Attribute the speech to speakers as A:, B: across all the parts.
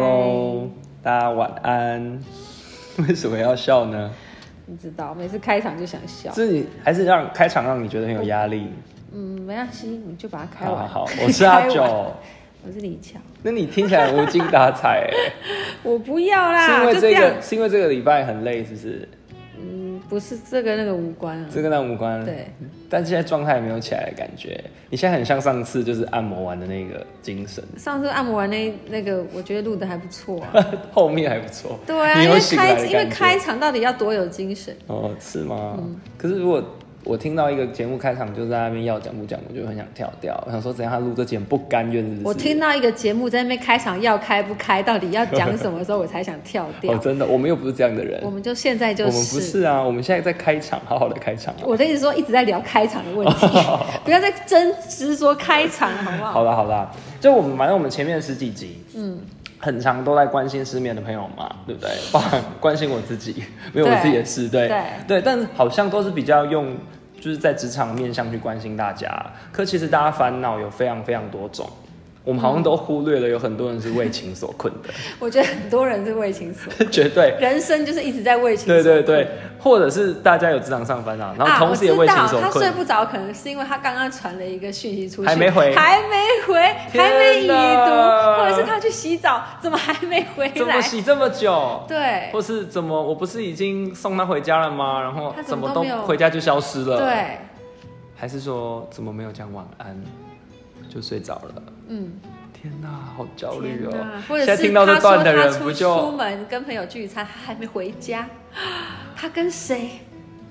A: Hello，大家晚安。 为什么要笑呢？
B: 你知道，每次开场就想笑。
A: 自己还是让开场让你觉得很有压力。
B: 嗯，没关系，你就把它开
A: 好好
B: 完。
A: 啊 好，
B: 开
A: 我是阿
B: 完
A: 九。
B: 我是李巧。
A: 那你听起来无精打 采、
B: 我不要
A: 欸，是
B: 啦，
A: 因为
B: 啊就这
A: 这
B: 样。
A: 个是因为这个礼拜很累，是不是？
B: 嗯，不是这个那个无关啊。
A: 这跟那无关。
B: 对，
A: 但现在状态没有起来的感觉。你现在很像上次就是按摩完的那个精神，
B: 上次按摩完那那个，我觉得录的还不错啊。
A: 后面还不错。
B: 对啊，
A: 你
B: 因
A: 有
B: 为
A: 醒来
B: 开
A: 的
B: 因为
A: 感觉
B: 开场到底要多有精神？
A: 哦，是吗？
B: 嗯
A: 可是如果我听到一个节目开场就在那边要讲不讲，我就很想跳掉。我想说，怎样他录这节目不甘愿是不是？
B: 我听到一个节目在那边开场要开不开，到底要讲什么的时候，我才想跳
A: 哦，
B: 掉。
A: 真的，我们又不是这样的人，
B: 我们就现在就
A: 我们不是啊，我们现在在开场，好好的开场啊。
B: 我的意思说一直在聊开场的问 题，不要再争执说开场好不好？
A: 好啦好啦，就我们反正我们前面十几集，嗯，很长都在关心失眠的朋友嘛，对不对？包含关心我自己，没有我
B: 对
A: 自己也是，对
B: 对
A: 对，但好像都是比较用就是在职场面向去关心大家，可其实大家烦恼有非常非常多种。我们好
B: 嗯
A: 像都忽略了，有很多人是为情所困的，
B: 我觉得很多人是为情所，
A: 绝对，
B: 人生就是一直在为情所
A: 对
B: 困。
A: 对对，或者是大家有职场上烦恼，然
B: 啊，
A: 后同时也为情所
B: 我知道他
A: 困
B: 睡，不着，可能是因为他刚刚传了一个讯息出去，
A: 还没回
B: 还没回，
A: 天
B: 还没已读，
A: 哪
B: 或者是他去洗澡，怎么还没回
A: 怎么
B: 来？
A: 洗这么久？
B: 对
A: 或是怎么我不是已经送他回家了吗？然后
B: 他
A: 怎
B: 怎
A: 么
B: 么
A: 都
B: 都没有
A: 回家就消失了？，
B: 对，
A: 还是说怎么没有讲晚安就睡着了？
B: 嗯，
A: 天哪，好焦虑
B: 天
A: 哦、
B: 哪或者
A: 现在
B: 是
A: 听到这
B: 他
A: 段
B: 说
A: 的
B: 他
A: 人
B: 出
A: 不
B: 出
A: 就
B: 门跟朋友聚餐，他还没回家，他跟谁？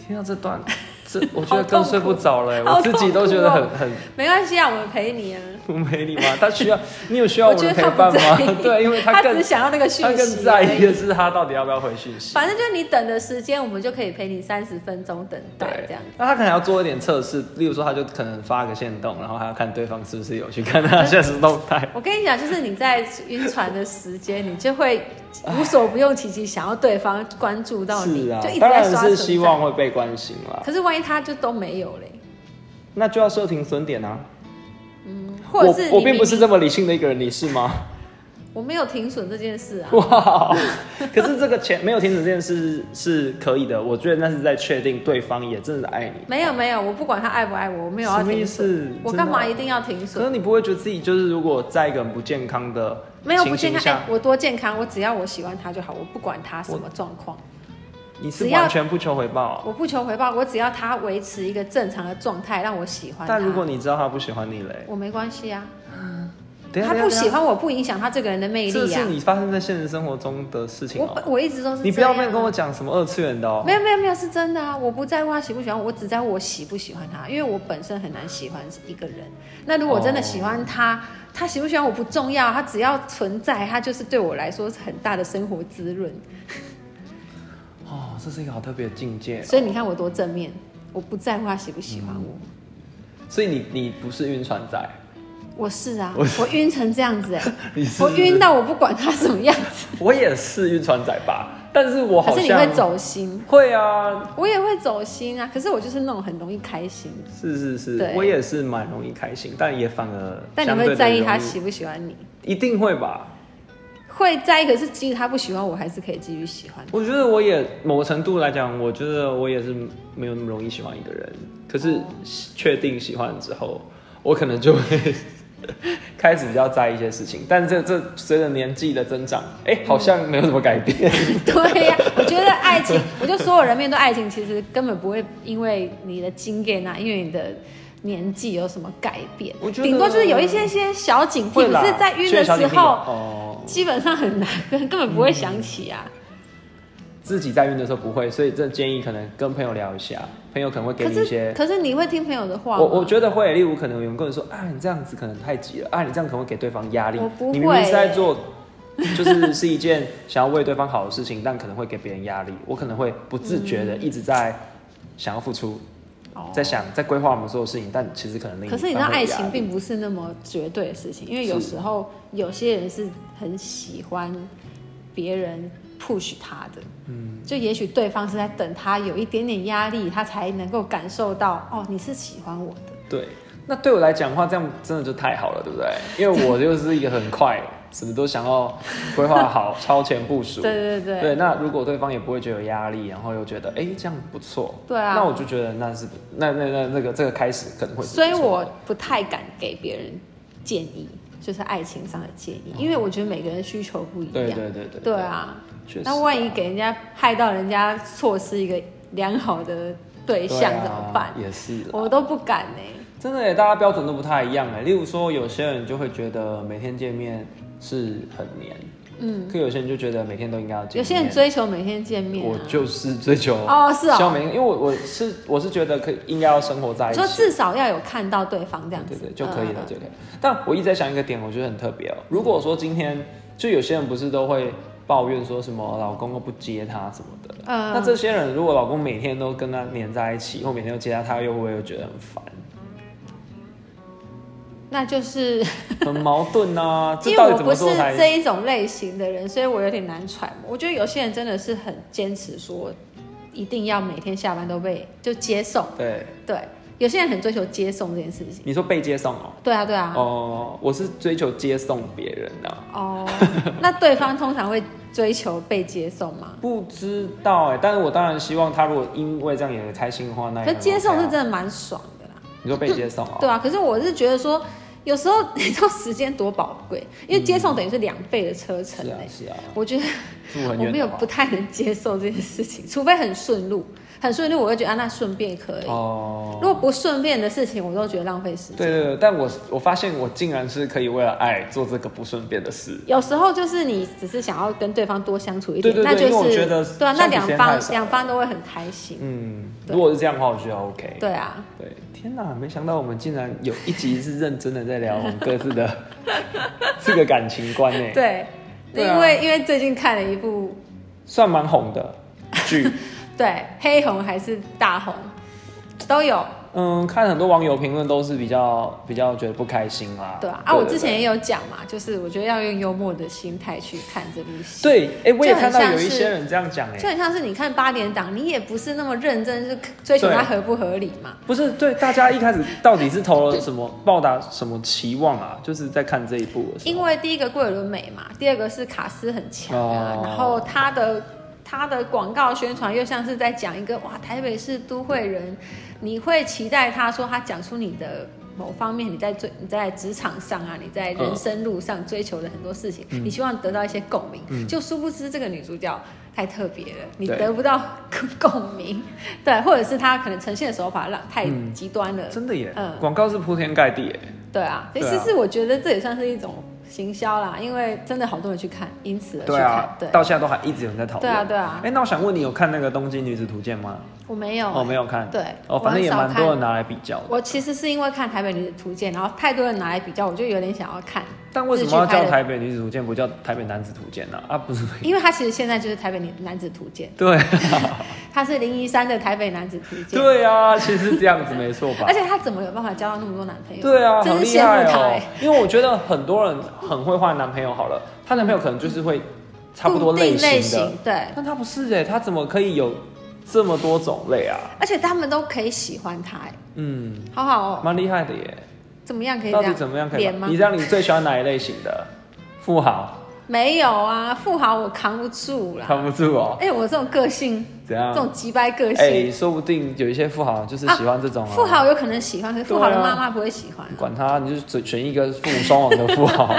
A: 听到这段， 这我
B: 好
A: 觉得更
B: 痛苦
A: 睡不着了、
B: 好
A: 我自己
B: 痛
A: 都
B: 苦
A: 觉得
B: 哦
A: 很很
B: 没关系啊，我们陪你啊。
A: 不没礼貌。他需 要你有需要我
B: 觉
A: 的
B: 得
A: 陪
B: 他
A: 伴
B: 不在
A: 吗
B: 意，？
A: 对，因为
B: 他只
A: 更
B: 是想要那个讯
A: 他
B: 息
A: 更在
B: 而
A: 意
B: 已
A: 的是他到底要不要回讯息。
B: 反正就是你等的时间，我们就可以陪你三十分钟等待这样。。
A: 那他可能要做一点测试，例如说，他就可能发个线动，然后还要看对方是不是有去看他的现实动态
B: 我跟你讲，就是你在晕船的时间，你就会无所不用其极，想要对方关注到你，
A: 是啊
B: 就一，直
A: 当
B: 在
A: 然
B: 刷
A: 是
B: 存
A: 希
B: 在
A: 望。会啊被关心啦。
B: 可是万一他就都没有嘞，
A: 那就要设停损点啊！
B: 或者是
A: 我我
B: 你
A: 并
B: 明
A: 不是这么理性的一个人，你是吗？
B: 我没有停损这件事啊。
A: 哇！可是这个钱没有停止这件事是可以的，我觉得那是在确定对方也真的爱你。
B: 没有没有，我不管他爱不爱我，我没有要
A: 什么意
B: 停
A: 思
B: 损，？我
A: 真的啊
B: 干嘛一定要停
A: 可
B: 损？
A: 是你不会觉得自己就是如果在一个很不健康的
B: 没有不
A: 情
B: 健
A: 形
B: 康，
A: 下，
B: 哎、我多健康，我只要我喜欢他就好，我不管他什么状况，
A: 哦你是
B: 只要
A: 完全不求回报。
B: 我不求回报，我只要他维持一个正常的状态，让我喜欢他。
A: 啊但如果你知道他不喜欢你嘞，
B: 我没关系啊，
A: 等一下
B: 他不喜
A: 等一下
B: 欢我不影响他这个人的魅
A: 这
B: 力啊
A: 是。你发生在现实生活中的事情哦
B: 我。我一直都是
A: 你不要
B: 这样
A: 再
B: 啊
A: 跟我讲什么二次元的哦
B: 没。有没有没有是真的啊！我不在乎他喜不喜欢我，我只在乎我喜不喜欢他，因为我本身很难喜欢一个人。那如果真的喜欢他，他喜不喜欢我不重要，他只要存在，他就是对我来说是很大的生活滋润。
A: 哦，这是一个好特别的境界哦。
B: 所以你看我多正面，我不在乎他喜不喜欢我，
A: 嗯所以你你不是晕船仔，
B: 我是啊，
A: 我
B: 我晕成这 样子哎、
A: 你是
B: 我晕，到我不管他什么样子，
A: 我也是晕船仔吧？但是 我
B: 可
A: 好
B: 是
A: 像
B: 你会走心，
A: 会啊，
B: 我也会走心啊，可是我就是那种很容易开心，
A: 是是是，
B: 对
A: 我也是蛮容易开心，但也反而
B: 但你
A: 相对
B: 会
A: 地
B: 在意
A: 容
B: 他
A: 易
B: 喜不喜欢你。
A: 一定会吧？
B: 会在意，可是即使他不喜欢我，还是可以继续喜欢。
A: 我觉得我也某个程度来讲，我觉得我也是没有那么容易喜欢一个人。可是确定喜欢之后，我可能就会 开始比较在意一些事情。但这这随着年纪的增长，哎、好像没有什么改 变。
B: 对呀、我觉得爱情， 我就所有人面对爱情，其实根本不会因为你的经验啊，因为你的年纪有什么改变
A: 我，觉得
B: 顶多就是有一些些小警
A: 会
B: 惕，
A: 啦
B: 可是在晕的
A: 确实
B: 时
A: 小警惕
B: 候，
A: 哦，
B: 基本上很难， 根本不会想起啊。
A: 自己在晕的时候不会，所以这建议可能跟朋友聊一下，朋友可能会嗯给
B: 可
A: 你一
B: 是
A: 些。
B: 可是你会听朋友的话吗？
A: 我我觉得会，例如可能有人跟你说啊，你这样子可能太急了，啊，你这样可能会给对方压力。
B: 我不会
A: 你明明是在
B: 耶
A: 做，就是是一件 想要为对方好的事情，但可能会给别人压力。我可能会不自觉的一直在想要付出，
B: 嗯哦
A: 在想在规划我们所有事情，但其实可能另一
B: 可是你知道，
A: 方会有
B: 爱
A: 压
B: 情
A: 力
B: 并不是那么绝对的事情，因为有
A: 是
B: 时候有些人是很喜欢别人 push 他的，嗯，就也许对方是在等他有一点点压力，他才能够感受到哦，你是喜欢我的。
A: 对。那对我来讲的话，这样真的就太好了，对不对？因为我就是一个很快什么都想要规划好、 超前部署。
B: 对对对
A: 对，那如果对方也不会觉得有压力，然后又觉得哎、这样不错，
B: 对啊
A: 那我就觉得那是那那那那个这个开始可能会是不错
B: 所
A: 的，
B: 以我不太敢给别人建议，就是爱情上的建议，因为我觉得每个人需求不一样。
A: 哦对对对对
B: 对，啊，
A: 确实
B: 那万一给人家害到人家错失一个良好的对象
A: 对啊
B: 怎么办？
A: 也是啦，
B: 我都不敢欸呢、
A: 真的耶，大家标准都不太一样哎。例如说，有些人就会觉得每天见面是很黏，嗯，可有些人就觉得每天都应该要见面。
B: 有些人追求每天见面、
A: 我
B: 啊，
A: 就是追求
B: 哦是哦
A: 希望每天，因为我我是我是觉得可以应该要生活在一起，
B: 说至少要有看到对方这样子，
A: 对对就可以了，
B: 嗯
A: 就可以了。但我一直在想一个点，我觉得很特别哦。如果说今天就有些人不是都会抱怨说什么老公都不接她什么的，
B: 嗯
A: 那这些人如果老公每天都跟她黏在一起，或每天都接她，她又会不会又觉得很烦？
B: 呃那就是
A: 很矛盾啊！ 这
B: 因
A: 到
B: 为
A: 底
B: 我
A: 怎
B: 不
A: 么
B: 是
A: 做才
B: 这一种类型的人，所以我有点难揣摩。我觉得有些人真的是很坚持说，一定要每天下班都被就接送。
A: 对？
B: 对，有些人很追求接送这件事情。
A: 你说被接送哦、
B: 对啊，对啊。
A: 哦、我是追求接送别人啊。
B: 哦，那对方通常会追求被接送吗？
A: 不知道哎、但是我当然希望他如果因为这样也开心的话，那也
B: 可
A: 很
B: 是接送
A: OK 啊
B: 是真的蛮爽的啦。
A: 你说被接送哦、
B: 对啊，可是我是觉得说，有时候 你知道时间多宝贵，因为接送等于是两倍的车
A: 嗯
B: 程
A: 是啊
B: 哎、
A: 是啊，
B: 我觉得
A: 住
B: 我
A: 很远
B: 没有
A: 的话
B: 不太能接受这件事情，除非很顺路，很顺路我会觉得啊，那顺便可以。
A: 哦
B: 如。果不顺便的事情，我都觉得浪费时间。
A: 对对对，但我我发现我竟然是可以为了爱做这个不顺便的事，
B: 有时候就是你只是想要跟对方多相处一
A: 对对
B: 点，
A: 对
B: 那就
A: 因为我
B: 是
A: 觉得
B: 对啊，
A: 相处时
B: 那两
A: 间太
B: 方
A: 少
B: 两方都会很开心。
A: 嗯，
B: 对
A: 如果是这样的话，我觉得 OK。
B: 对啊，
A: 对，天哪，没想到我们竟然有一集是认真的在聊我们各自的 这个感情观呢，
B: 对，
A: 对啊
B: 因为因为最近看了一部
A: 算蛮红的 剧，
B: 对黑红还是大红都有，
A: 嗯，看很多网友评论都是比较比较觉得不开心啦。
B: 对啊啊，我之前也有讲嘛，就是我觉得要用幽默的心态去看这部戏。
A: 对，哎、我也
B: 就很
A: 看到
B: 像
A: 有一
B: 是
A: 些人这样讲，哎
B: 就，很像是你看八点档，你也不是那么认真，就追求它合不合理嘛。
A: 不是对大家一开始到底是投了什么报答什么期望啊？就是在看这一部的时候，
B: 因为第一个桂纶镁嘛，第二个是卡斯很强啊，
A: 哦
B: 然后他的他的广告宣传又像是在讲一个哇，台北市都会人，你会期待他说他讲出你的。某方面，你在追你在职场上啊，你在人生路上追求的很多事情，
A: 嗯
B: 你希望得到一些共鸣，就殊不知这个女主角太特别了，你
A: 对
B: 得不到共鸣，对，或者是她可能呈现的手法让太
A: 嗯
B: 极端了，
A: 真的耶
B: 嗯，
A: 广、告是铺天盖地耶，
B: 对啊，其
A: 对啊
B: 实是我觉得这也算是一种行销啦，因为真的好多人去看，因此而去
A: 对啊
B: 看。，对，
A: 到现在都还一直有人在讨论。
B: 对啊，对啊
A: 哎、，那我想问你，有看那个《东京女子图鉴》吗？
B: 我没有、哎
A: 哦，没有看。
B: 对
A: 哦，反正也蛮多
B: 我
A: 人
B: 很
A: 拿来比较的。
B: 我其实是因为看《台北女子图鉴》，然后太多人拿来比较，我就有点想要看。
A: 但为什么要
B: 日
A: 叫
B: 剧
A: 《
B: 拍
A: 台
B: 的？
A: 北女子图鉴》，不叫《台北男子图鉴》呢？啊，不 是。
B: 因为它其实现在就是《台北女男子图鉴
A: 对》，啊
B: 它是林一山的《台北男子图鉴》。。
A: 对啊，其实是这样子没错吧
B: 而？且他怎么有办法交到那么多男朋友？
A: 对啊，好
B: 真是
A: 厉
B: 羡
A: 害
B: 慕他、
A: 哦
B: 欸。！
A: 因为我觉得很多人很会换男朋友，好了，她男朋友可能就是会差不多
B: 固定类
A: 型的，
B: 型对，
A: 但她不是哎，她怎么可以有这么多种类啊？
B: 而且他们都可以喜欢他、欸，
A: 嗯，
B: 好好哦。
A: 蛮厉害的耶。
B: 怎么样可以这
A: 到底
B: 样？
A: 怎么样可以
B: 脸
A: 把？
B: 吗？
A: 你让你最喜欢哪一类型的？富豪
B: 没有啊，富豪我扛不住啦。
A: 扛不住哦，
B: 哎、我这种个性，
A: 怎
B: 这
A: 样？
B: 种急掰个
A: 啊哎、
B: 性，
A: 说不定有一些富豪就是喜欢这种、啊
B: 富豪有可能喜欢，可是富豪的
A: 对啊
B: 妈妈不会喜欢、
A: 管他，你就选选一个父母双亡的富豪、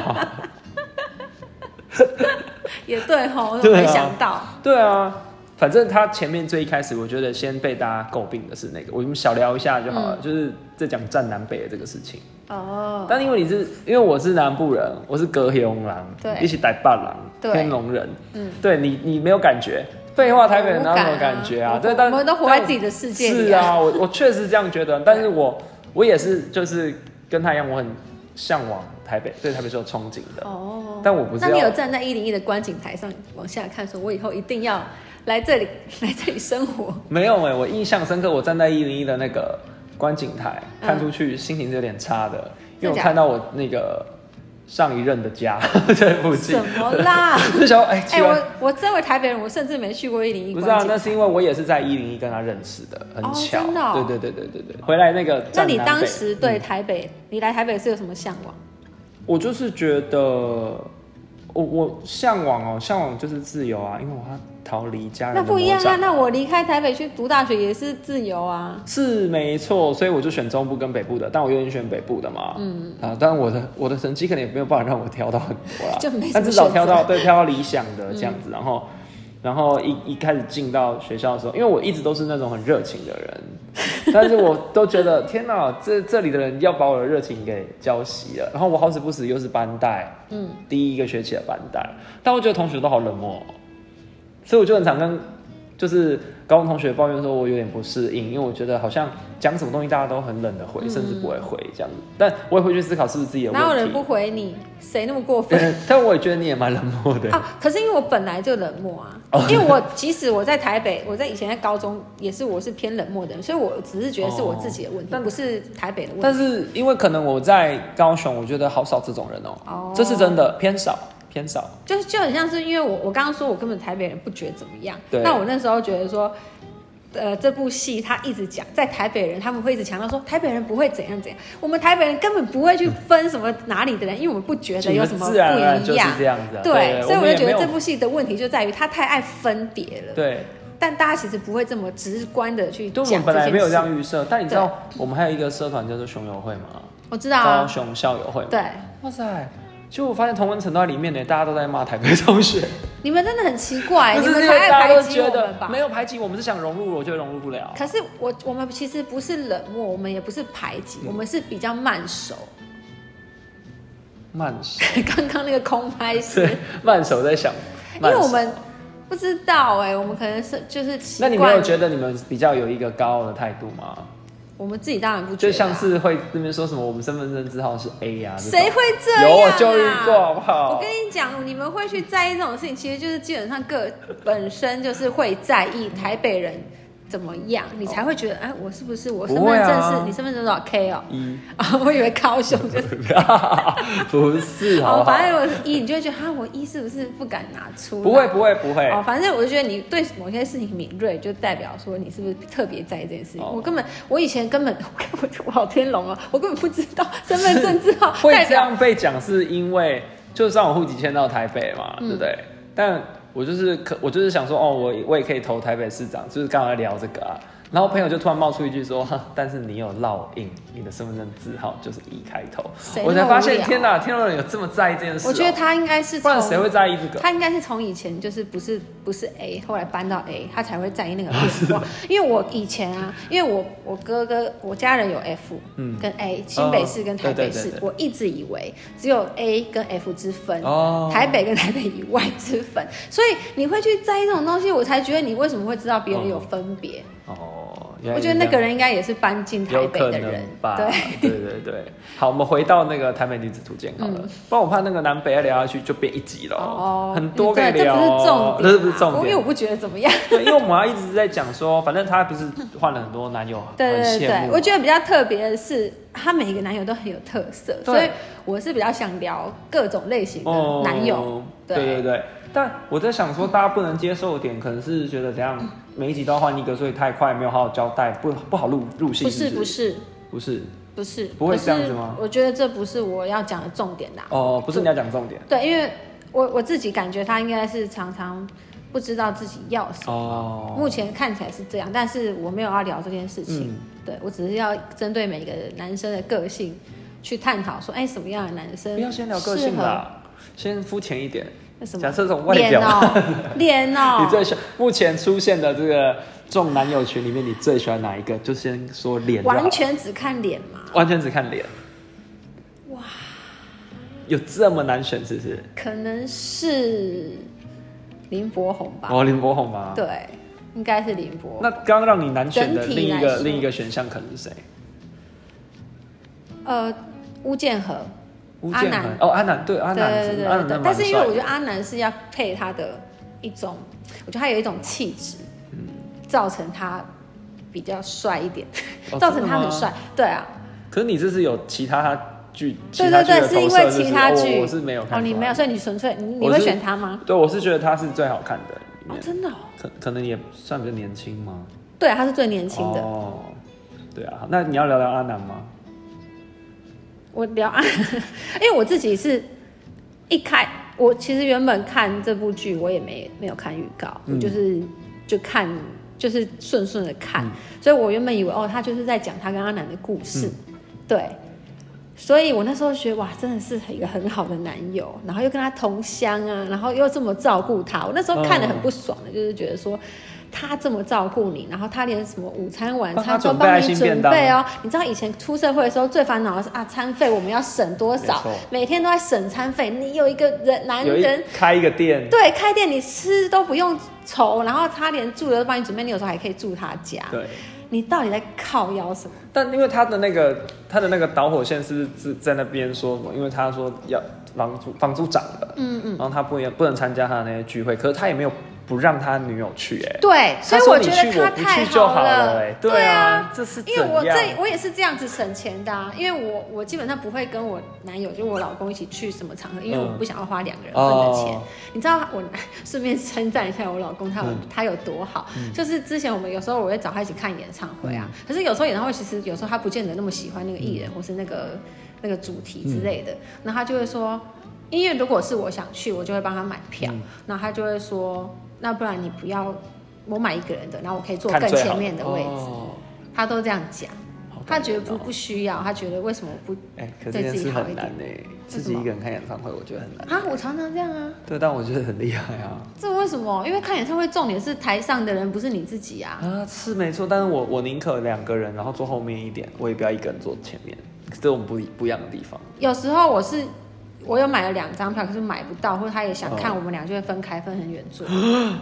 B: 也对吼，我怎
A: 对
B: 么
A: 啊
B: 没想到？
A: 对啊，反正他前面最一开始，我觉得先被大家诟病的是那个，我们小聊一下就好
B: 嗯
A: 了，就是在讲占南北的这个事情。
B: 哦，
A: 但因为你是，因为我是南部人，我是隔雄狼，
B: 对
A: 一起逮霸狼，
B: 对
A: 天龙人，
B: 嗯，
A: 对你你没有感觉。废话，台北人
B: 我
A: 哪有
B: 无
A: 什
B: 感
A: 么
B: 啊
A: 感觉啊
B: 我？
A: 对，但
B: 我们都活在自己的世界里啊
A: 是啊，我我确实这样觉 得，但是我我也是就是跟他一样，我很向往台北，对台北是有憧憬的。
B: 哦，
A: 但我不是
B: 那你
A: 要
B: 有站在一零一的观景台上往下看，说我以后一定要来这里， 来这里生活。
A: 没有哎、我印象深刻，我站在一零一的那个观景台
B: 嗯
A: 看出去，心情是有点差的，因为
B: 真
A: 我
B: 假
A: 看到我那个上一任的家 在附近
B: 什，么 啦？
A: 就想说哎，
B: 哎、
A: 奇怪，
B: 我我身为台北人，我甚至没去过一零一
A: 不
B: 观
A: 是啊，
B: 景
A: 那
B: 台。
A: 是因为我也是在一零一跟他认识的，很
B: 哦
A: 巧，
B: 真的哦
A: 对对对对对对。回来那个
B: 那
A: 站南北，
B: 你当时对
A: 嗯
B: 台北，你来台北是有什么向往？
A: 我就是觉得我我向往哦，向往就是自由啊，因为我要逃离家人
B: 那
A: 的
B: 不一
A: 魔
B: 样啊，
A: 掌。
B: 那我离开台北去读大学也是自由啊。
A: 是没错，所以我就选中部跟北部的，但我愿意选北部的嘛。嗯啊，但我的我的成绩可能也没有办法让我挑到很多啦，
B: 就没什么
A: 但至少
B: 选择
A: 挑
B: 嗯
A: 到对挑到理想的这样子，然后然后一一开始进到学校的时候，因为我一直都是那种很热情的 人，但是我都觉得天哪，这这里的人要把我的热情给浇熄了。然后我好死不死又是班带，嗯，第一个学期的班带，但我觉得同学都好冷漠哦、所以我就很常跟就是高中同学抱怨说，我有点不适应，因为我觉得好像讲什么东西大家都很冷的回，甚至不会回这样子。但我也会去思考是不是自己的问
B: 哪
A: 题。
B: 有人不回你？谁那么过 分？
A: 对但我也觉得你也蛮冷漠的。
B: 啊！可是因为我本来就冷漠
A: 哦
B: 啊，因为我即使我在台北，我在以前在高中也是我是偏冷漠的人，所以我只是觉得是我自己的问题，
A: 哦
B: 不是台北的问
A: 但
B: 题。
A: 是因为可能我在高雄，我觉得好少这种人哦、
B: 哦
A: 这是真的偏少偏少。
B: 就是就很像是因为我我刚刚说我根本台北人不觉得怎么样，
A: 对
B: 那我那时候觉得说。呃，这部戏他一直讲，在台北人他们会一直强调说台北人不会怎样怎样，我们台北人根本不会去分什么哪里的人，因为我们不觉得有什么不
A: 自然而然就
B: 一
A: 是
B: 样。
A: 这样子啊、
B: 对，所以
A: 我
B: 我
A: 们
B: 就
A: 也
B: 觉
A: 没
B: 得
A: 有
B: 这部戏的问题就在于他太爱分别了。
A: 对，
B: 但大家其实不会这么直观的去
A: 对
B: 讲
A: 我们本来
B: 件
A: 没有这
B: 事
A: 样预设，但你知道我们还有一个社团叫做熊友会吗？
B: 我知道
A: 高
B: 啊，
A: 雄校友会嘛。
B: 对，
A: 哇塞！其实我发现同文层都在里面呢，大家都在骂台北同学，
B: 你们真的很奇怪，
A: 不
B: 哎你
A: 是
B: 们
A: 因
B: 才
A: 为
B: 爱
A: 大家
B: 排
A: 都
B: 挤我
A: 觉
B: 们
A: 得
B: 吧
A: 没？有排挤，我们是想融入，我就融入不了。
B: 可是我我们其实不是冷漠，我们也不是排挤，我们是比较 慢熟。嗯
A: 慢手，
B: 刚刚那个空拍是，
A: 对，慢手在想，
B: 因
A: 慢
B: 为
A: 手
B: 我们不知道哎、我们可能是就是习
A: 那
B: 惯。
A: 你没有觉得你们比较有一个高傲的态度吗？
B: 我们自己当然不觉
A: 就
B: 得啊，
A: 像是会那边说什么我们身份证字号是 A 呀、啊，这种
B: 谁会这样、啊？
A: 有我就遇过，好不好？
B: 我跟你讲，你们会去在意这种事情，其实就是基本上个本身就是会在意台北人怎么样，你才会觉得，哎，我是不是我身
A: 哦不会
B: 份
A: 啊
B: 证是、你身份证多少 K 哦？
A: 一，
B: 啊，我以为高雄就是。
A: 不是，好不，好？
B: 哦反正我一，你就会觉得哈，我一是不是不敢拿出来？
A: 不会，不会，不会。
B: 哦，反正我就觉得你对某些事情敏锐，就代表说你是不是特别在意这件事情。
A: 哦
B: 我根本，我以前根本， 我根本我好天龙哦，我根本不知道身份证字号
A: 会
B: 代
A: 这
B: 表
A: 样被讲，是因为就算我户籍迁到台北嘛，
B: 嗯
A: 对不对？但我就是可，我就是想说，哦，我我也可以投台北市长，就是刚才聊这个啊。然后朋友就突然冒出一句说，哈但是你有烙印，你的身份证字号就是一开头
B: 谁，
A: 我才
B: 那么
A: 发
B: 无
A: 现，
B: 聊
A: 天哪，天龙人有这么在意这件事哦、
B: 我觉得他应该是
A: 不然
B: 从
A: 谁会在意这个？
B: 他应该是从以前就是不是不是 A，后来搬到 A，他才会在意 那个变化。因为我以前啊，因为我我哥哥我家人有 F，
A: 嗯
B: 跟 A，新北市跟台北市，
A: 对对对对
B: 我一直以为只有 A 跟 F 之分。
A: 哦
B: 台北跟台北以外之分，所以你会去在意这种东西，我才觉得你为什么会知道别人有分别。
A: 哦，原来
B: 我
A: 是
B: 觉得那
A: 这样
B: 个人应该也是搬进台
A: 有
B: 北
A: 可
B: 的
A: 能
B: 人，
A: 吧？
B: 对，嗯
A: 对对对好，我们回到那个台北女子图鉴好了，不然我怕那个南北要聊下去就变一集了。很多可以
B: 哦对，这
A: 聊
B: 不是
A: 哦
B: 重，点、
A: 这
B: 啊，
A: 是不是重
B: 因为我
A: 点？
B: 不觉得怎么样。
A: 对，因为我们要一直在讲说，反正她不是换了很多男友，
B: 对
A: 很羡
B: 对对
A: 慕，
B: 我觉得比较特别的是，他每一个男友都很有特色，
A: 对
B: 所以我是比较想聊各种类型的
A: 哦，
B: 男友。
A: 对对对。但我在想说，大家不能接受的点，可能是觉得怎
B: 嗯
A: 样，每一集都要换一个，所以太快，没有好好交代，不不好入入戏。
B: 不是不
A: 不是
B: 是
A: 不是
B: 不是，
A: 不会这样子吗
B: 可是我觉得这不是我要讲的重点啦、
A: 哦，不是你要讲重点
B: 对，因为我我自己感觉他应该是常常不知道自己要什么。
A: 哦。
B: 目前看起来是这样，但是我没有要聊这件事情。
A: 嗯
B: 对我只是要针对每个男生的个性去探讨，说，哎，什么样的男生
A: 不要先聊个
B: 适
A: 性
B: 合
A: 啦，先肤浅一点。
B: 那什么
A: 假设从外
B: 脸
A: 表，
B: 哦，脸哦，
A: 你最喜目前出现的这个众男友群里面，你最喜欢哪一个？就先说脸就好，
B: 完全只看脸嘛？
A: 完全只看脸。哇，有这么难选是不是？
B: 可能是林柏宏吧？
A: 哦，林柏宏吗？。
B: 对，应该是林柏
A: 那
B: 宏。
A: 刚刚让你难选的
B: 整体
A: 另一
B: 来
A: 个
B: 说
A: 另一个选项可能是谁？
B: 呃，吴建和，
A: 吴
B: 阿
A: 建
B: 南
A: 衡哦，阿南对阿
B: 对
A: 南
B: 对
A: 是，
B: 对
A: 阿
B: 对
A: 南真。的
B: 对但
A: 蛮
B: 是因为我
A: 帅
B: 觉
A: 的。
B: 得阿南是要配他的一种，我觉得他有一种气质，
A: 嗯
B: 造成他比较帅一点，
A: 哦
B: 造成他
A: 真的
B: 很
A: 吗
B: 帅。对啊，
A: 可是你这是有其他他剧，
B: 对
A: 其他
B: 对
A: 剧的
B: 对，是
A: 投
B: 因
A: 射
B: 为
A: 就
B: 其他
A: 我
B: 剧
A: 我是没有看出
B: 哦，
A: 来。
B: 你没有，所以你纯粹你你
A: 我
B: 会
A: 是
B: 选他吗？
A: 对，我是觉得他是最好看的里
B: 哦
A: 面，，
B: 真的哦，
A: 可可能也算比较年轻嘛。
B: 对，啊他是最年轻的。
A: 哦，对啊，那你要聊聊阿南吗？
B: 我聊，因为我自己是一开我其实原本看这部剧，我也没没有看预告，
A: 嗯
B: 我就是就看就是顺顺的看，
A: 嗯
B: 所以我原本以为哦，他就是在讲他跟阿南的故事，
A: 嗯
B: 对。所以我那时候觉得哇，真的是一个很好的男友，然后又跟他同乡啊，然后又这么照顾他。我那时候看的很不爽
A: 嗯
B: 的，就是觉得说他这么照顾你，然后他连什么午餐晚
A: 帮他
B: 餐都
A: 准备
B: 帮
A: 爱
B: 你
A: 心
B: 准
A: 便当
B: 备哦。你知道以前出社会的时候最烦恼的是啊，餐费我们要省多
A: 没
B: 少
A: 错，
B: 每天都在省餐费。你有一个人男
A: 有一
B: 人。
A: 开一个店，
B: 对，开店你吃都不用愁，然后他连住的都帮你准备，你有时候还可以住他家。
A: 对。
B: 你到底在靠腰什么？
A: 但因为他的那个他的那个导火线是是在那边说什么？因为他说要房租房租涨了，嗯嗯，然后他不也不能参加他的那些聚会，可是他也没有不让他女友去、哎，
B: 对，所以
A: 他说
B: 我
A: 你
B: 觉
A: 去
B: 得
A: 我
B: 他
A: 不
B: 太
A: 去就好
B: 了。
A: 哎、
B: 对
A: 啊，，这是
B: 因为我
A: 怎样
B: 这我也是这样子省钱的、啊，因为我我基本上不会跟我男友，就我老公一起去什么场合，因为我
A: 嗯
B: 不想要花两个人份的钱。
A: 哦
B: 你知道我 顺便称赞一下我老公，他有、
A: 嗯嗯
B: 他有多好、就是之前我们有时候我会找他一起看演唱会啊，可是有时候演唱会其实有时候他不见得那么喜欢那个艺人、或是那个那个主
A: 嗯
B: 题之类的，那他就会说，因为如果是我想去，我就会帮他买票，
A: 嗯
B: 然后他就会说，那不然你不要。我买一个人的，然后我可以坐
A: 看
B: 更
A: 最好
B: 前面的位置。
A: 哦
B: 他都这样讲，
A: 好感
B: 他
A: 人
B: 觉得不
A: 哦
B: 不需要，他觉得为什么不
A: 哎、可是这
B: 对
A: 件
B: 自己
A: 事
B: 好一
A: 很难
B: 点
A: 哎、
B: 为
A: 自
B: 什
A: 己一
B: 么
A: 个人看演唱会，我觉得很难。
B: 啊？我常常这样啊，
A: 对，但我觉得很厉害啊。
B: 这为什么？因为看演唱会重点是台上的人，不是你自己啊。
A: 啊，是没错，但是我我宁可两个人，然后坐后面一点，我也不要一个人坐前面，这是我们不一不一样的地方。
B: 有时候我是我有买了两张票，可是买不到，或者他也想看，
A: 哦
B: 我们俩就会分开分很远坐，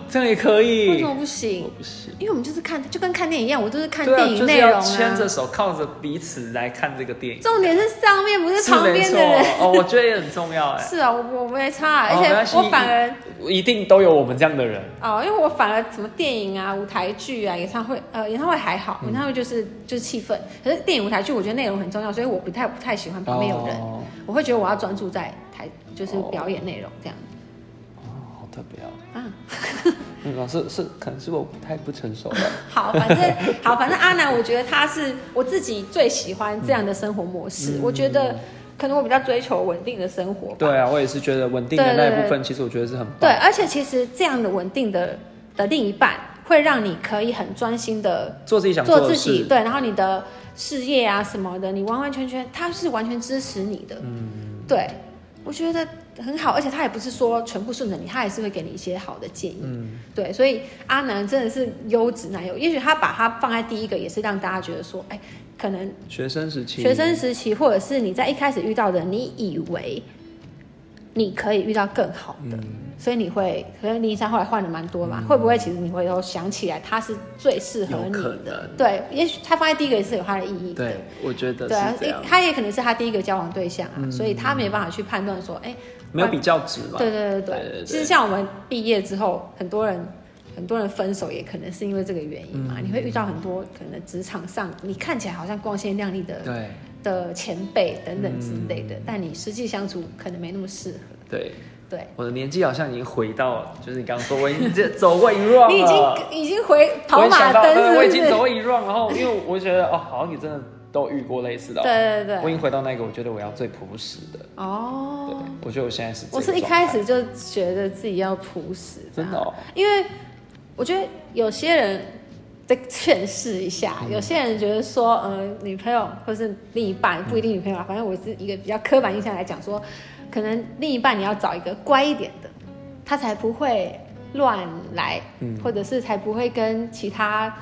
A: 这样也可以，
B: 为什么不行
A: 我？不行。
B: 因为我们就是看，就跟看电影一样，我就是看
A: 对啊，
B: 电
A: 就
B: 影
A: 是
B: 内容
A: 要牵着
B: 啊。
A: 手，靠着彼此来看这个电影，
B: 重点是上面不是旁
A: 没
B: 边
A: 错
B: 的人。
A: 哦，我觉得也很重要哎。
B: 是啊，我我没差啊，
A: 哦
B: 而
A: 没关系
B: 且我反而
A: 一定都有我们这样的人，
B: 哦，因为我反而什么电影啊、舞台剧啊、演唱会，呃，演唱会还
A: 嗯
B: 好，演唱会就是就是气氛。可是电影、舞台剧，我觉得内容很重要，所以我不太不太喜欢旁边有人，
A: 哦
B: 我会觉得我要专注在台，就是
A: 哦
B: 表演内容这样。
A: 哦好特别哦。
B: 嗯，
A: 嗯，老师是可能是我太不成熟了。
B: 好，反正 好，反正阿南，我觉得他是我自己最喜欢这样的生活模式。我觉得可能我比较追求稳定的生活吧。
A: 嗯对啊，我也是觉得稳定的
B: 对
A: 那
B: 对
A: 一部分，其实我觉得是很棒。
B: 对，而且其实这样的稳定的的另一半，会让你可以很专心的
A: 做自己想
B: 做
A: 的
B: 自
A: 事
B: 己，，对，然后你的事业啊什么的，你完完全全他是完全支持你的，嗯，对，我觉得很好，而且他也不是说全部顺着你，他也是会给你一些好的建议，嗯，对，所以阿南真的是优质男友，也许他把他放在第一个，也是让大家觉得说，哎，可能
A: 学生时期，
B: 学生时期或者是你在一开始遇到的，你以为你可以遇到更好
A: 嗯
B: 的。所以你会，可能林一山后来换了蛮多嘛，会不会其实你回头想起来，他是最适合
A: 有
B: 你
A: 可
B: 的？
A: 能。
B: 对，也许他放在第一个也是有他的意义的。
A: 对，我觉得
B: 对啊
A: 是这样，，嗯
B: 他也可能是他第一个交往对象啊，所以他没办法去判断说，哎，
A: 没有比较值嘛。
B: 对对
A: 对
B: 对
A: 对
B: 对
A: 对
B: 其实像我们毕业之后，很多人很多人分手也可能是因为这个原因嘛，
A: 嗯
B: 你会遇到很多可能职场上你看起来好像光鲜亮丽的
A: 对嗯
B: 的前辈等等之类的，但你实际相处可能没那么适合。
A: 对，
B: 对，
A: 我的年纪好像已经回到，就是你刚刚说我已经这走过一 round
B: 你已
A: 了
B: 经已经回跑
A: 我也
B: 马
A: 想到
B: 灯是不
A: 对
B: 是？
A: 我已经走过一 round，然后因为我觉得哦，好像你真的都遇过类似的、哦，
B: 对对
A: 我已
B: 对，
A: 经回到那个我觉得我要最朴实的，对
B: 哦，，
A: 我觉得我现在是这个
B: 我是一
A: 状态
B: 开始就觉得自己要朴实，
A: 真的、哦，
B: 因为我觉得有些人再劝示一下，
A: 嗯
B: 有些人觉得说，呃，女朋友或是另一半不一定女朋友啊，反正我是一个比较刻板印象来讲说，可能另一半你要找一个乖一点的，他才不会乱来，
A: 嗯
B: 或者是才不会跟其他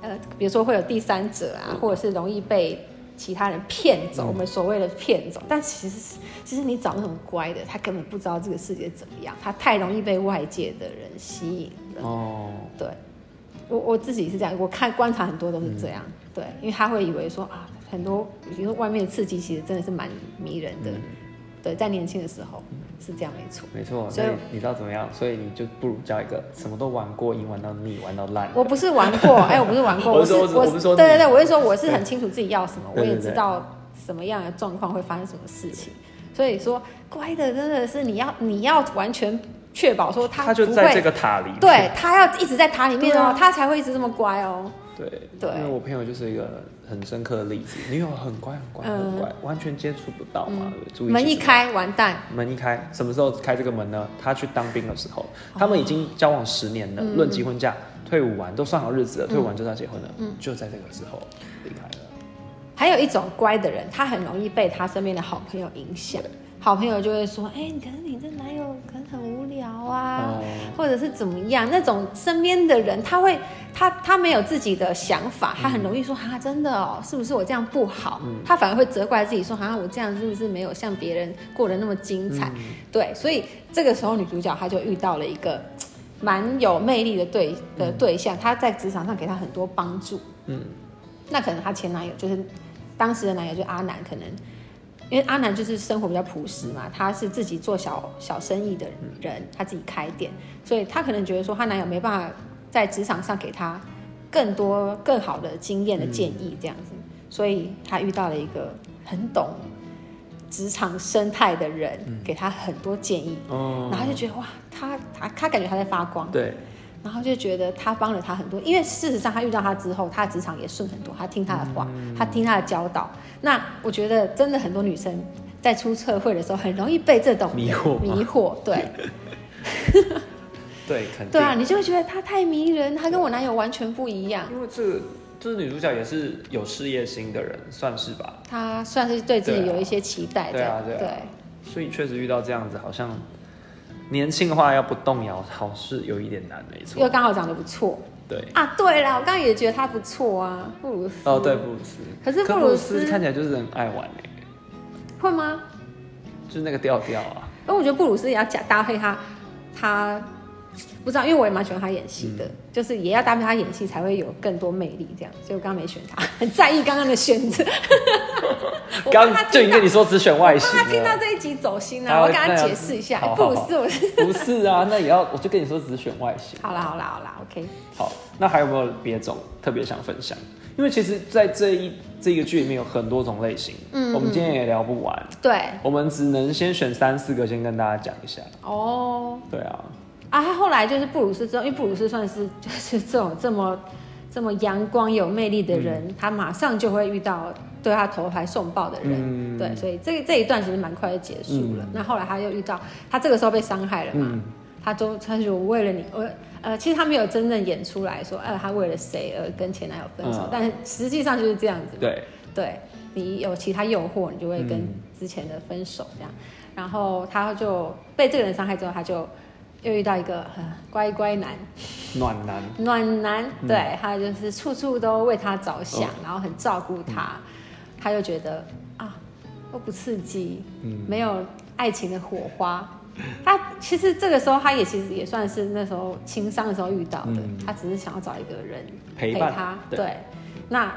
B: 呃，比如说会有第三者啊，或者是容易被其他人骗走，我们所谓的骗走。但其实是，其实你找那种乖的，他根本不知道这个世界怎么样，他太容易被外界的人吸引了。
A: 哦，
B: 对，我我自己是这样，我看观察很多都是这样。对，因为他会以为说啊，很多因为外面的刺激其实真的是蛮迷人的。对，在年轻的时候是这样，没错。
A: 没错，所
B: 所以
A: 以你知道怎么样，所以你就不如交一个什么都玩过，已经玩到腻，玩到烂的，
B: 我不是玩 过，哎、我不是玩过，
A: 我是说
B: 是
A: 我
B: 我
A: 是我是说
B: 对对
A: 你
B: 对，我是说我是很清楚自己要什么，
A: 对
B: 我
A: 对
B: 也知道什么样的状况会发生什么事情，所以说乖的真的是你要你要完全确保说
A: 他
B: 他
A: 就
B: 不
A: 在这
B: 会，
A: 个塔里面。
B: 对他要一直在塔里面
A: 对
B: 哦
A: 啊，
B: 他才会一直这么乖哦。
A: 对
B: 对
A: 因为我朋友就是一个很深刻的例子，女友很乖很乖
B: 嗯
A: 很乖，完全接触不到嘛，注意
B: 门一
A: 其实
B: 开，完蛋。
A: 门一开，什么时候开这个门呢？他去当兵的时
B: 哦
A: 候，他们已经交往十年了，
B: 嗯
A: 论及婚嫁，退伍完都算好日子了，退伍完就是要结婚了，
B: 嗯
A: 就在这个时候离开了。
B: 还有一种乖的人，他很容易被他身边的好朋友影响。好朋友就会说：“哎、可能你这男友可能很无聊啊，
A: 哦
B: 或者是怎么样？”那种身边的人，他会他他没有自己的想法，他很容易说：“哈、真的哦，是不是我这样不好？”他反而会责怪自己说：“哈、我这样是不是没有像别人过得那么精彩？”
A: 嗯
B: 对，所以这个时候女主角她就遇到了一个蛮有魅力的对的对象，他在职场上给她很多帮助。
A: 嗯，
B: 那可能她前男友就是当时的男友，就阿南，可能因为阿南就是生活比较朴实嘛，他是自己做小小生意的人，他自己开店，所以她可能觉得说她男友没办法在职场上给她更多更好的经验的建议这样子，所以她遇到了一个很懂职场生态的人，给她很多建议，
A: 哦，
B: 然后她就觉得哇，她她她感觉她在发光。
A: 对，
B: 然后就觉得他帮了他很多，因为事实上他遇到他之后，他的职场也顺很多，他听他的话，
A: 嗯
B: 他听他的教导。那我觉得真的很多女生在出社会的时候，很容易被这种
A: 迷惑吗
B: 迷惑， 对
A: 对，肯定。
B: 对啊，你就会觉得他太迷人，他跟我男友完全不一样。
A: 因为这个就是女主角也是有事业心的人，算是吧。
B: 他算是对自己
A: 对啊
B: 有一些期待
A: 对
B: 这样
A: 啊，对啊所以确实遇到这样子，好像年轻的话要不动摇，好是有一点难，没
B: 对又
A: 错。
B: 刚好长得不错
A: 对，
B: 啊。对啦，我刚刚也觉得他不错啊，布鲁斯。
A: 哦，对，布鲁斯。
B: 可是布
A: 布
B: 鲁
A: 鲁
B: 斯
A: 斯看起来就是很爱玩哎、
B: 会吗？
A: 就是那个调调啊。
B: 因为我觉得布鲁斯也要加搭配他，他不知道，因为我也蛮喜欢他演戏
A: 嗯
B: 的，就是也要搭配他演戏才会有更多魅力这样。所以我刚刚没选他，很在意刚刚的选择。 我
A: 刚
B: 怕他
A: 就已经
B: 听到
A: 跟你，说只选外
B: 我
A: 形
B: 怕他听到
A: 了，
B: 这一集走心
A: 他
B: 啊，我
A: 会
B: 跟他
A: 那样
B: 解释一下，
A: 好好
B: 布鲁
A: 好
B: 斯我是。
A: 不是啊？那也要，我就跟你说只选外形。
B: 好啦好啦好啦，OK，
A: 好，那还有没有别种特别想分享？因为其实，在这一这个剧里面有很多种类型，嗯，我们今天也聊不完，
B: 对，
A: 我们只能先选三四个，先跟大家讲一下。
B: 哦
A: 对啊，
B: 啊，他后来就是布鲁斯之后，因为布鲁斯算是就是这种这么这么阳光有魅力的人，他马上就会遇到对他投怀送抱的人。
A: 嗯，
B: 对，所以这这一段其实蛮快就结束了。那、后来他又遇到，他这个时候被伤害了嘛，
A: 嗯
B: 他都他就为了你，我呃，其实他没有真正演出来说，呃，他为了谁而跟前男友分手，
A: 嗯
B: 但是实际上就是这样子嘛。
A: 对，
B: 对你有其他诱惑，你就会跟之前的分手这样。然后他就被这个人伤害之后，他就又遇到一个很乖乖男，
A: 暖男，
B: 暖男，
A: 嗯
B: 对、他就是处处都为他着想，
A: 哦
B: 然后很照顾他，
A: 嗯
B: 他就觉得啊，都不刺激，
A: 嗯
B: 没有爱情的火花。他其实这个时候，他也其实也算是那时候情伤的时候遇到的，
A: 嗯
B: 他只是想要找一个人
A: 陪伴
B: 他，
A: 对
B: 对，那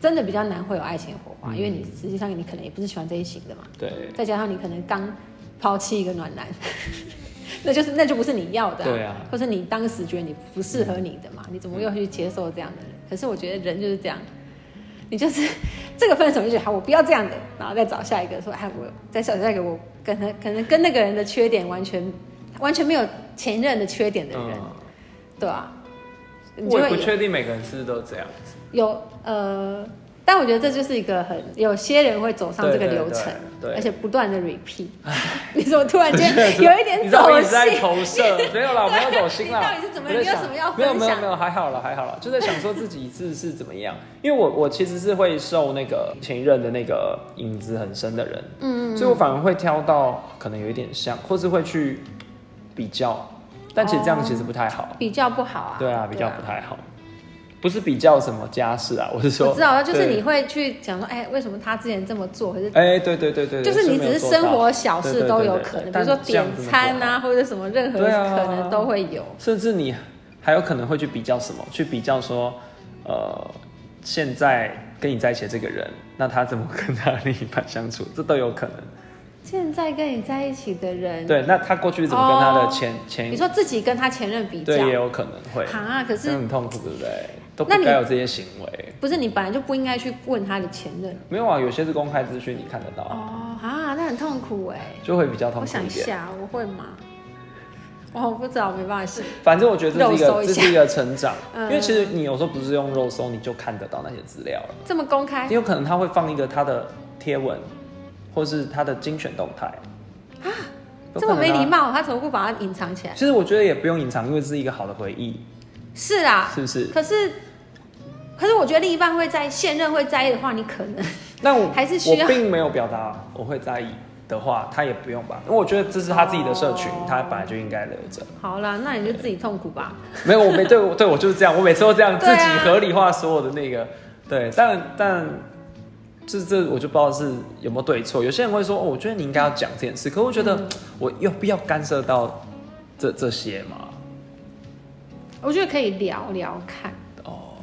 B: 真的比较难会有爱情火
A: 嗯
B: 花，因为你实际上你可能也不是喜欢这一型的嘛，
A: 对，
B: 再加上你可能刚抛弃一个暖男， 那就是那就不是你要的、
A: 对啊嗯
B: 或是你当时觉得你不适合你的嘛，你怎么又去接受这样的人？可是我觉得人就是这样，你就是 这个分手就觉得好，我不要这样的，然后再找下一个说，哎，我再找下一个我跟他可能跟那个人的缺点完全完全没有前任的缺点的人，
A: 嗯，
B: 对啊，你就
A: 我也
B: 会
A: 不
B: 有
A: 确定每个人是不是都这样子，
B: 有呃，但我觉得这就是一个很有些人会走上这个
A: 对对
B: 流程，
A: 对对
B: 而且不断的 repeat。你 怎么突然间
A: 就是
B: 有一
A: 你
B: 点
A: 知道我
B: 走
A: 一直在
B: 心？啊
A: 投射， 没有啦，我没有走心啦。
B: 你到底是怎么
A: 我在
B: 你有
A: 想
B: 什么要
A: 没有
B: 分
A: 没有
B: 享
A: 没有，还好了还好了，就在想说自己是是怎么样，因为我我其实是会受那个前任的那个影子很深的人，嗯，所以我反而会挑到可能有一点像，或是会去比较，但其实这样其实不太好，
B: 比较不好啊。
A: 对啊，比较不太好，不是比较什么家事啊，我是说，
B: 我知道，就是
A: 对
B: 你，会去讲说，哎，为什么他之前这么做？可是
A: 哎，对对对对，对
B: 就是你只是
A: 没有做
B: 生
A: 到
B: 活小
A: 对
B: 事
A: 对
B: 都
A: 对
B: 有
A: 对
B: 可能，比
A: 但
B: 如说
A: 这样
B: 点
A: 子不
B: 餐
A: 好
B: 啊，或者什么任何
A: 对啊
B: 可能都会有。
A: 甚至你还有可能会去比较什么？去比较说，呃，现在跟你在一起的这个人，那他怎么跟他另一半相处？这都有可能。
B: 现在跟你在一起的人，
A: 对，那他过去怎么跟他
B: 嗯哦
A: 的前、前
B: 你说自己跟他前任比较
A: 对，也有可能会，嗯
B: 啊，可
A: 这
B: 是
A: 很痛苦，对不对？都不
B: 那你
A: 该有这些行为。
B: 不是你本来就不应该去问他的前任
A: 没有啊，有些是公开资讯，你看得到，
B: 哦啊，那很痛苦哎。
A: 就会比较痛
B: 哦
A: 苦
B: 我想
A: 一
B: 一
A: 点。
B: 下，我会吗？我不知道，没办法是
A: 反正我觉得这是一
B: 肉搜
A: 个
B: 一
A: 这
B: 下
A: 是一个成长，
B: 嗯
A: 因为其实你有时候不是用肉搜你就看得到那些资料了，
B: 这么公开
A: 也有可能他会放一个他的贴文，或是他的精选动态啊，有
B: 这
A: 可
B: 么
A: 能啊
B: 没礼。貌，他怎么不把它隐藏起来？
A: 其实我觉得也不用隐藏，因为这是一个好的回忆，
B: 是啦，
A: 是不是？
B: 可是可是我觉得另一半会在现任会在意的话，你可能
A: 那我
B: 还是需要
A: 我并没有表达我会在意的话，他也不用吧，因为我觉得这是他自己的社群，
B: 哦
A: 他本来就应该留着。
B: 好啦，那你就自己痛苦吧。
A: 没有，我没对我对我就是这样，我每次都这样，自
B: 对
A: 己
B: 啊
A: 合理化所有的那个，对，但但这这我就不知道是有没有对错。有些人会说，哦，我觉得你应该要讲这件事，可我觉得
B: 嗯
A: 我有必要干涉到这这些吗？
B: 我觉得可以聊聊看，
A: 哦，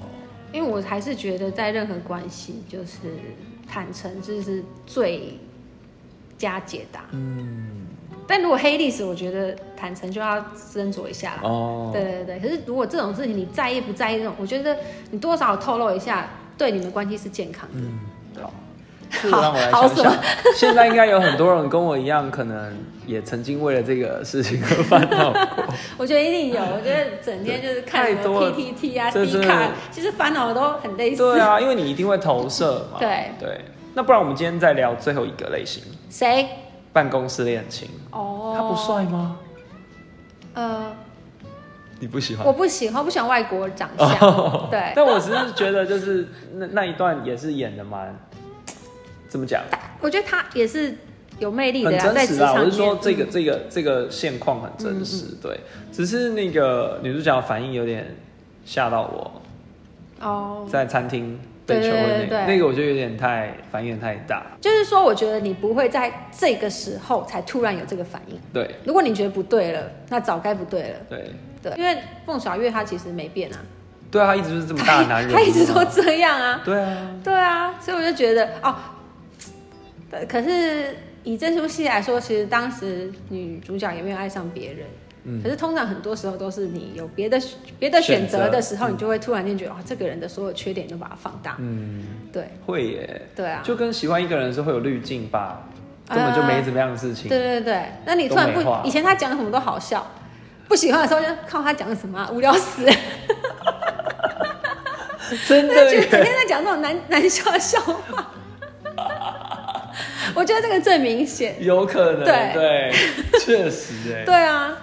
B: 因为我还是觉得在任何关系，就是坦诚就是最佳解答。嗯，但如果黑历史，我觉得坦诚就要斟酌一下啦。
A: 哦，
B: 对对对，可是如果这种事情你在意不在意这种，我觉得你多少透露一下，对你们关系是健康的。
A: 嗯好，这个让我来
B: 好
A: 想想。现在应该有很多人跟我一样，可能也曾经为了这个事情而烦 恼过。
B: 我觉得一定有，我觉得整天就是看
A: 太
B: 什
A: 多
B: 么
A: 了
B: PTT 啊、
A: 这
B: D
A: 真的
B: 卡，其实烦恼都很类似。
A: 对啊，因为你一定会投射嘛。
B: 对
A: 对，那不然我们今天再聊最后一个类型——
B: 谁？
A: 办公室恋情。
B: 哦，
A: 他不。帅吗？
B: 呃，
A: 你不喜
B: 我？不喜欢，我不喜欢外国长相。
A: 哦
B: 对
A: 但我只是觉得，就是那那一段也是演的蛮，怎么讲，
B: 我觉得他也是有魅力的
A: 很
B: 啦，
A: 真
B: 在
A: 实
B: 职
A: 啊。
B: 场嗯
A: 我
B: 里
A: 是说
B: 面嗯
A: 这个这个这个现况很真实，对。只是那个女主角反应有点吓到我，
B: 哦，
A: 在餐厅被求
B: 对对
A: 婚
B: 对
A: 那
B: 对
A: 那个，我觉得有点太反应有点太大，
B: 就是说，我觉得你不会在这个时候才突然有这个反应。
A: 对
B: 如果你觉得不对了，那早该不对了。
A: 对
B: 对，因为凤小岳他其实没变啊，
A: 对啊，他一直就是这么大的男人，
B: 他一直
A: 你知道
B: 都
A: 吗
B: 这样啊。
A: 对啊，
B: 对啊，所以我就觉得哦，对可是以这出戏来说，其实当时女主角也没有爱上别人。
A: 嗯
B: 可是通常很多时候都是你有别的别的选择的时候，你就会突然间觉得，哦，这个人的所有缺点就把它放大。
A: 嗯，
B: 对
A: 会耶，
B: 对啊，
A: 就跟喜欢一个人是会有滤镜吧，根本就没怎么样的事情。
B: 对对对。那你突然
A: 都美化
B: 不，以前他讲什么都好笑，不喜欢的时候就靠他讲什么啊、无聊死了，
A: 真
B: 就
A: 的
B: 觉得整天
A: 耶，
B: 在讲这种难难笑的笑话。我觉得这个最明显。
A: 有可能，
B: 对
A: 对，确实哎。
B: 对，啊，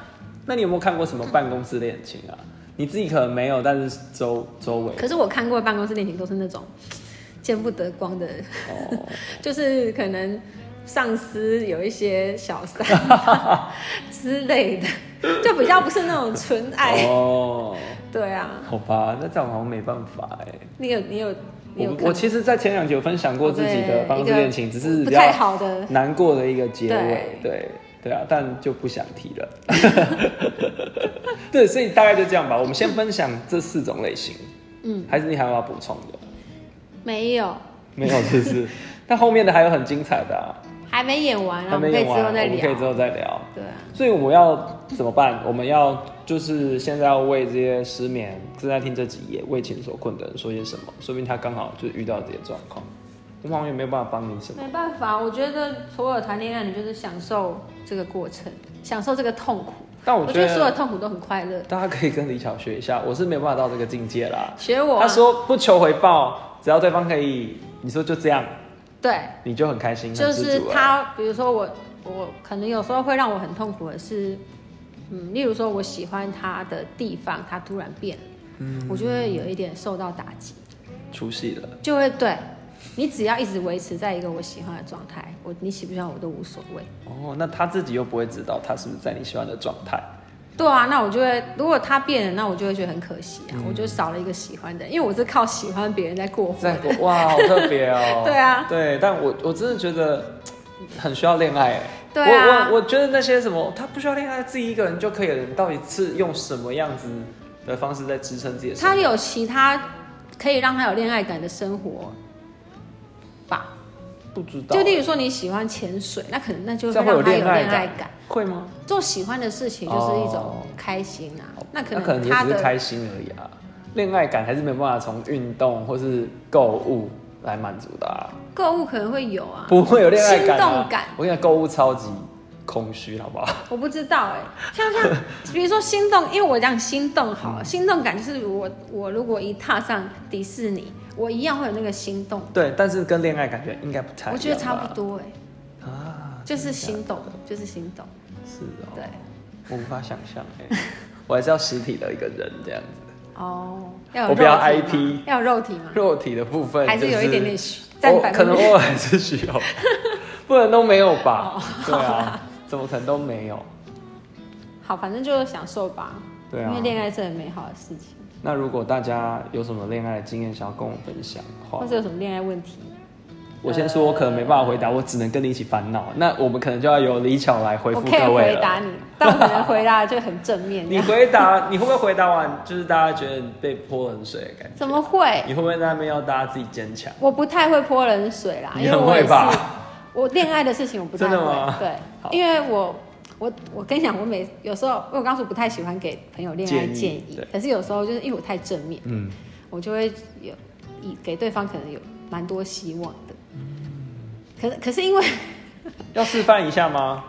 A: 那你有没有看过什么办公室恋情啊？你自己可能没有，但是周周围
B: 可是我看过的办公室恋情都是那种见不得光的，
A: 哦，
B: 就是可能上司有一些 小三啊之类的，就比较不是那种纯爱。
A: 哦，
B: 对啊，
A: 好吧，那这样好像没办法哎。
B: 你有你有你有
A: 我我
B: 看
A: 其实，在前两集有分享过自己的
B: 对
A: 办公室恋情，
B: 一
A: 只
B: 个
A: 是
B: 不
A: 比较
B: 太好的，
A: 难过的一个结尾，对对啊，但就不想提了。 对，所以大概就这样吧。我们先分享这四种类型，
B: 嗯，
A: 还是你还有要补充的？
B: 没有，
A: 没有，是不是？ 但后面的还有很精彩的、啊，
B: 还没演完啊，
A: 还
B: 我们
A: 没
B: 可以
A: 演
B: 之
A: 完，
B: 后
A: 我
B: 再
A: 们可以之
B: 聊。
A: 后再聊。
B: 对啊，
A: 所以我们要怎么办？我们要就是现在要为这些失眠、正在听这集也为情所困的人说些什么？说不定他刚好就遇到这些状况，我们好像也没有办法帮你什么。
B: 没办法，我觉得所有谈恋爱，你就是享受这个过程，享受这个痛苦。
A: 但我
B: 我
A: 觉
B: 觉得所有
A: 得
B: 痛苦都很快乐。
A: 大家可以跟李巧学一下，我是没有办法到这个境界啦。
B: 学我、
A: 他
B: 啊，
A: 说不求回报，只要对方可以，你说就这样，
B: 对，
A: 你就很开心，
B: 就
A: 很知
B: 是
A: 足了。
B: 他，比如说我，我可能有时候会让我很痛苦的是，嗯，例如说我喜欢他的地方，他突然变了，嗯，我就会有一点受到打击，
A: 出戏了，
B: 就会对你只要一直维持在一个我喜欢的状态，我你喜不喜欢我都无所谓。
A: 哦，那他自己又不会知道他是不是在你喜欢的状态。
B: 对啊，那我就会，如果他变了，那我就会觉得很可惜啊，我就少了一个喜欢的人，因为我是靠喜欢别人在过活
A: 嗯在
B: 的。
A: 哇，好特别哦
B: 。对啊
A: 对，但我我真的觉得很需要恋爱哎。
B: 对啊
A: 我我我觉得那些什么，他不需要恋爱，自己一个人就可以了。你到底是用什么样子的方式在支撑自己的生活？
B: 他有其他可以让他有恋爱感的生活吧？
A: 不知道
B: 就
A: 哎，
B: 例如说你喜欢潜水，那可能那就
A: 这
B: 会
A: 样会有
B: 让他有
A: 恋
B: 恋
A: 爱
B: 爱感。
A: 会吗？
B: 做喜欢的事情就是一种开心啊，那可
A: 哦可能
B: 能
A: 也
B: 他
A: 只是
B: 的
A: 开心而已啊。恋爱感还是没有办法从运动或是购物来满足的啊，
B: 购物可能会有啊，
A: 不会有恋爱感、啊。
B: 心动感
A: 我跟你讲，购物超级空虚，好不 好？
B: 我不 知道哎、像像比如说心动，因为我讲心动好
A: 嗯
B: 了，心动感就是我我如果一踏上迪士尼，我一样会有那个心动，
A: 对，但是跟恋爱感觉应该不太一样吧，
B: 我觉得差不多哎、
A: 啊，
B: 就是心
A: 真的
B: 动，就是心动，
A: 假的，是哦，
B: 对，
A: 我无法想象哎， 我还是要实体的一个人这样子，
B: 哦，要有
A: 我不要
B: 肉体吗
A: IP
B: 要有肉体吗？
A: 肉体的部分
B: 嗯还
A: 就
B: 是有一点点虚占
A: 我
B: 百
A: 可
B: 分
A: 能
B: 之
A: 我还是需 要，不能都没有吧
B: 哦？
A: 对啊，怎么可能都没有？
B: 好，反正就是享受吧，
A: 对啊
B: 因为恋爱是很美好的事情，
A: 那如果大家有什么恋爱的经验想要跟我分享的话
B: 或，是有什么恋爱问题，
A: 我先说，我可能没办法回答，我只能跟你一起烦恼。那我们可能就要由李巧来回复
B: 我可以
A: 各位
B: 回
A: 了。
B: 答你，但我可能回答就很正 面这
A: 你
B: 样，
A: 回答，你会不会回答完就是大家觉得你被泼冷水的感觉？
B: 怎么会？
A: 你会不会在那边要大家自己坚强？
B: 我不太会泼冷水啦，
A: 你
B: 因为
A: 很
B: 我
A: 会
B: 也是
A: 吧
B: 我恋爱的事情我不太
A: 真的吗
B: 会，对
A: 好，
B: 因为我我我跟你讲，我每有时候因为我刚说不太喜欢给朋友恋爱
A: 建议
B: 建议
A: 对，
B: 可是有时候就是因为我太正面，
A: 嗯，
B: 我就会有以给对方可能有蛮多希望的，
A: 嗯
B: 可是可 是因为
A: 要示范一下吗？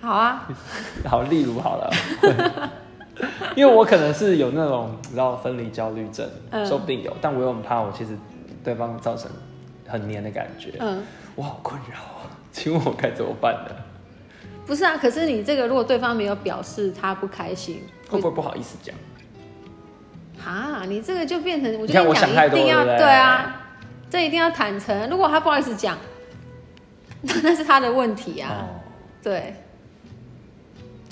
B: 好啊，
A: 好，例如好了， 因为我可能是有那种你知道分离焦虑症，
B: 嗯
A: 说不定有，但我又很怕我其实对方造成很黏的感觉，
B: 嗯，
A: 我好困扰啊， 请问我该怎么办呢？
B: 不是啊，可是你这个如果对方没有表示他不开心，
A: 会不会不好意思讲？
B: 啊，你这个就变成，我
A: 你
B: 就
A: 看
B: 跟
A: 我想太
B: 讲，一
A: 多
B: 定
A: 了
B: 要
A: 对不对
B: 对啊，这一定要坦诚。如果他不好意思讲， 那是他的问题啊。
A: 哦，
B: 对，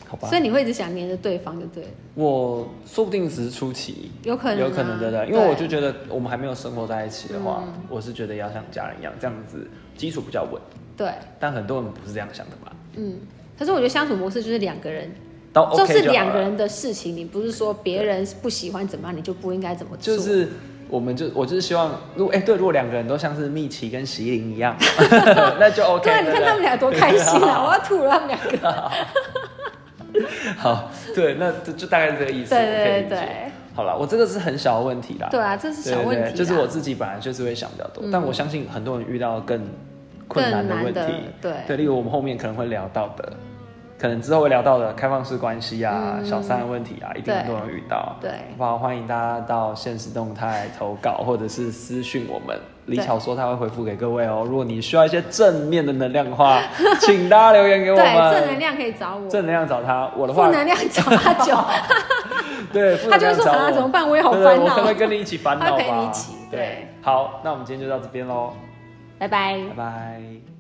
A: 好吧
B: 所，以你会一直想黏着对方，就对了，
A: 我说不定只是初期，
B: 有可能、啊，
A: 有可能对不对？因为我就觉得我们还没有生活在一起的话，我是觉得要像家人一样，这样子基础比较稳。
B: 对，
A: 但很多人不是这样想的吧？
B: 嗯。可是我觉得相处模式就是两个人，
A: 到
B: 就
A: OK
B: 是
A: 好
B: 两
A: 了
B: 个人的事情，你不是说别人不喜欢怎么样，你就不应该怎么做。
A: 就是我们就我就是希望，如果哎、对，如果两个人都像是蜜奇跟席琳一样， 那就 OK
B: 对啊，你看他们俩多开心啊！我要吐了，他们两 个。
A: 好，对，那就就大概是这个意思。
B: 对
A: 我可以
B: 对
A: 理
B: 对
A: 解。好了，我这个是很小的问题啦。
B: 对啊，这是
A: 对
B: 小问题
A: 对
B: 啦，
A: 对就是我自己本来就是会想比较多，
B: 嗯
A: 但我相信很多人遇到更困
B: 更
A: 难的问
B: 难
A: 题
B: 的。，对
A: 对，例如我们后面可能会聊到的，可能之后会聊到的开放式关系啊、
B: 嗯
A: 小三的问题啊，一定
B: 对
A: 很多人遇到。
B: 对
A: 好不好？欢迎大家到现实动态投稿，或者是私讯我们。李巧说他会回复给各位哦。如果你需要一些正面的能量的 话，请大家留言给我
B: 对，
A: 们。
B: 正能量可以找我，
A: 正能量找他，我的
B: 负
A: 话
B: 能量找阿 九。
A: 对，负能
B: 他就
A: 量
B: 会说
A: 找我
B: 啊怎么办我也好
A: 对
B: 烦恼
A: 我可不可以跟你一起 烦恼吧？
B: 他会陪你一起对
A: 好，那我们今天就到这边喽，
B: 拜拜
A: 拜。拜。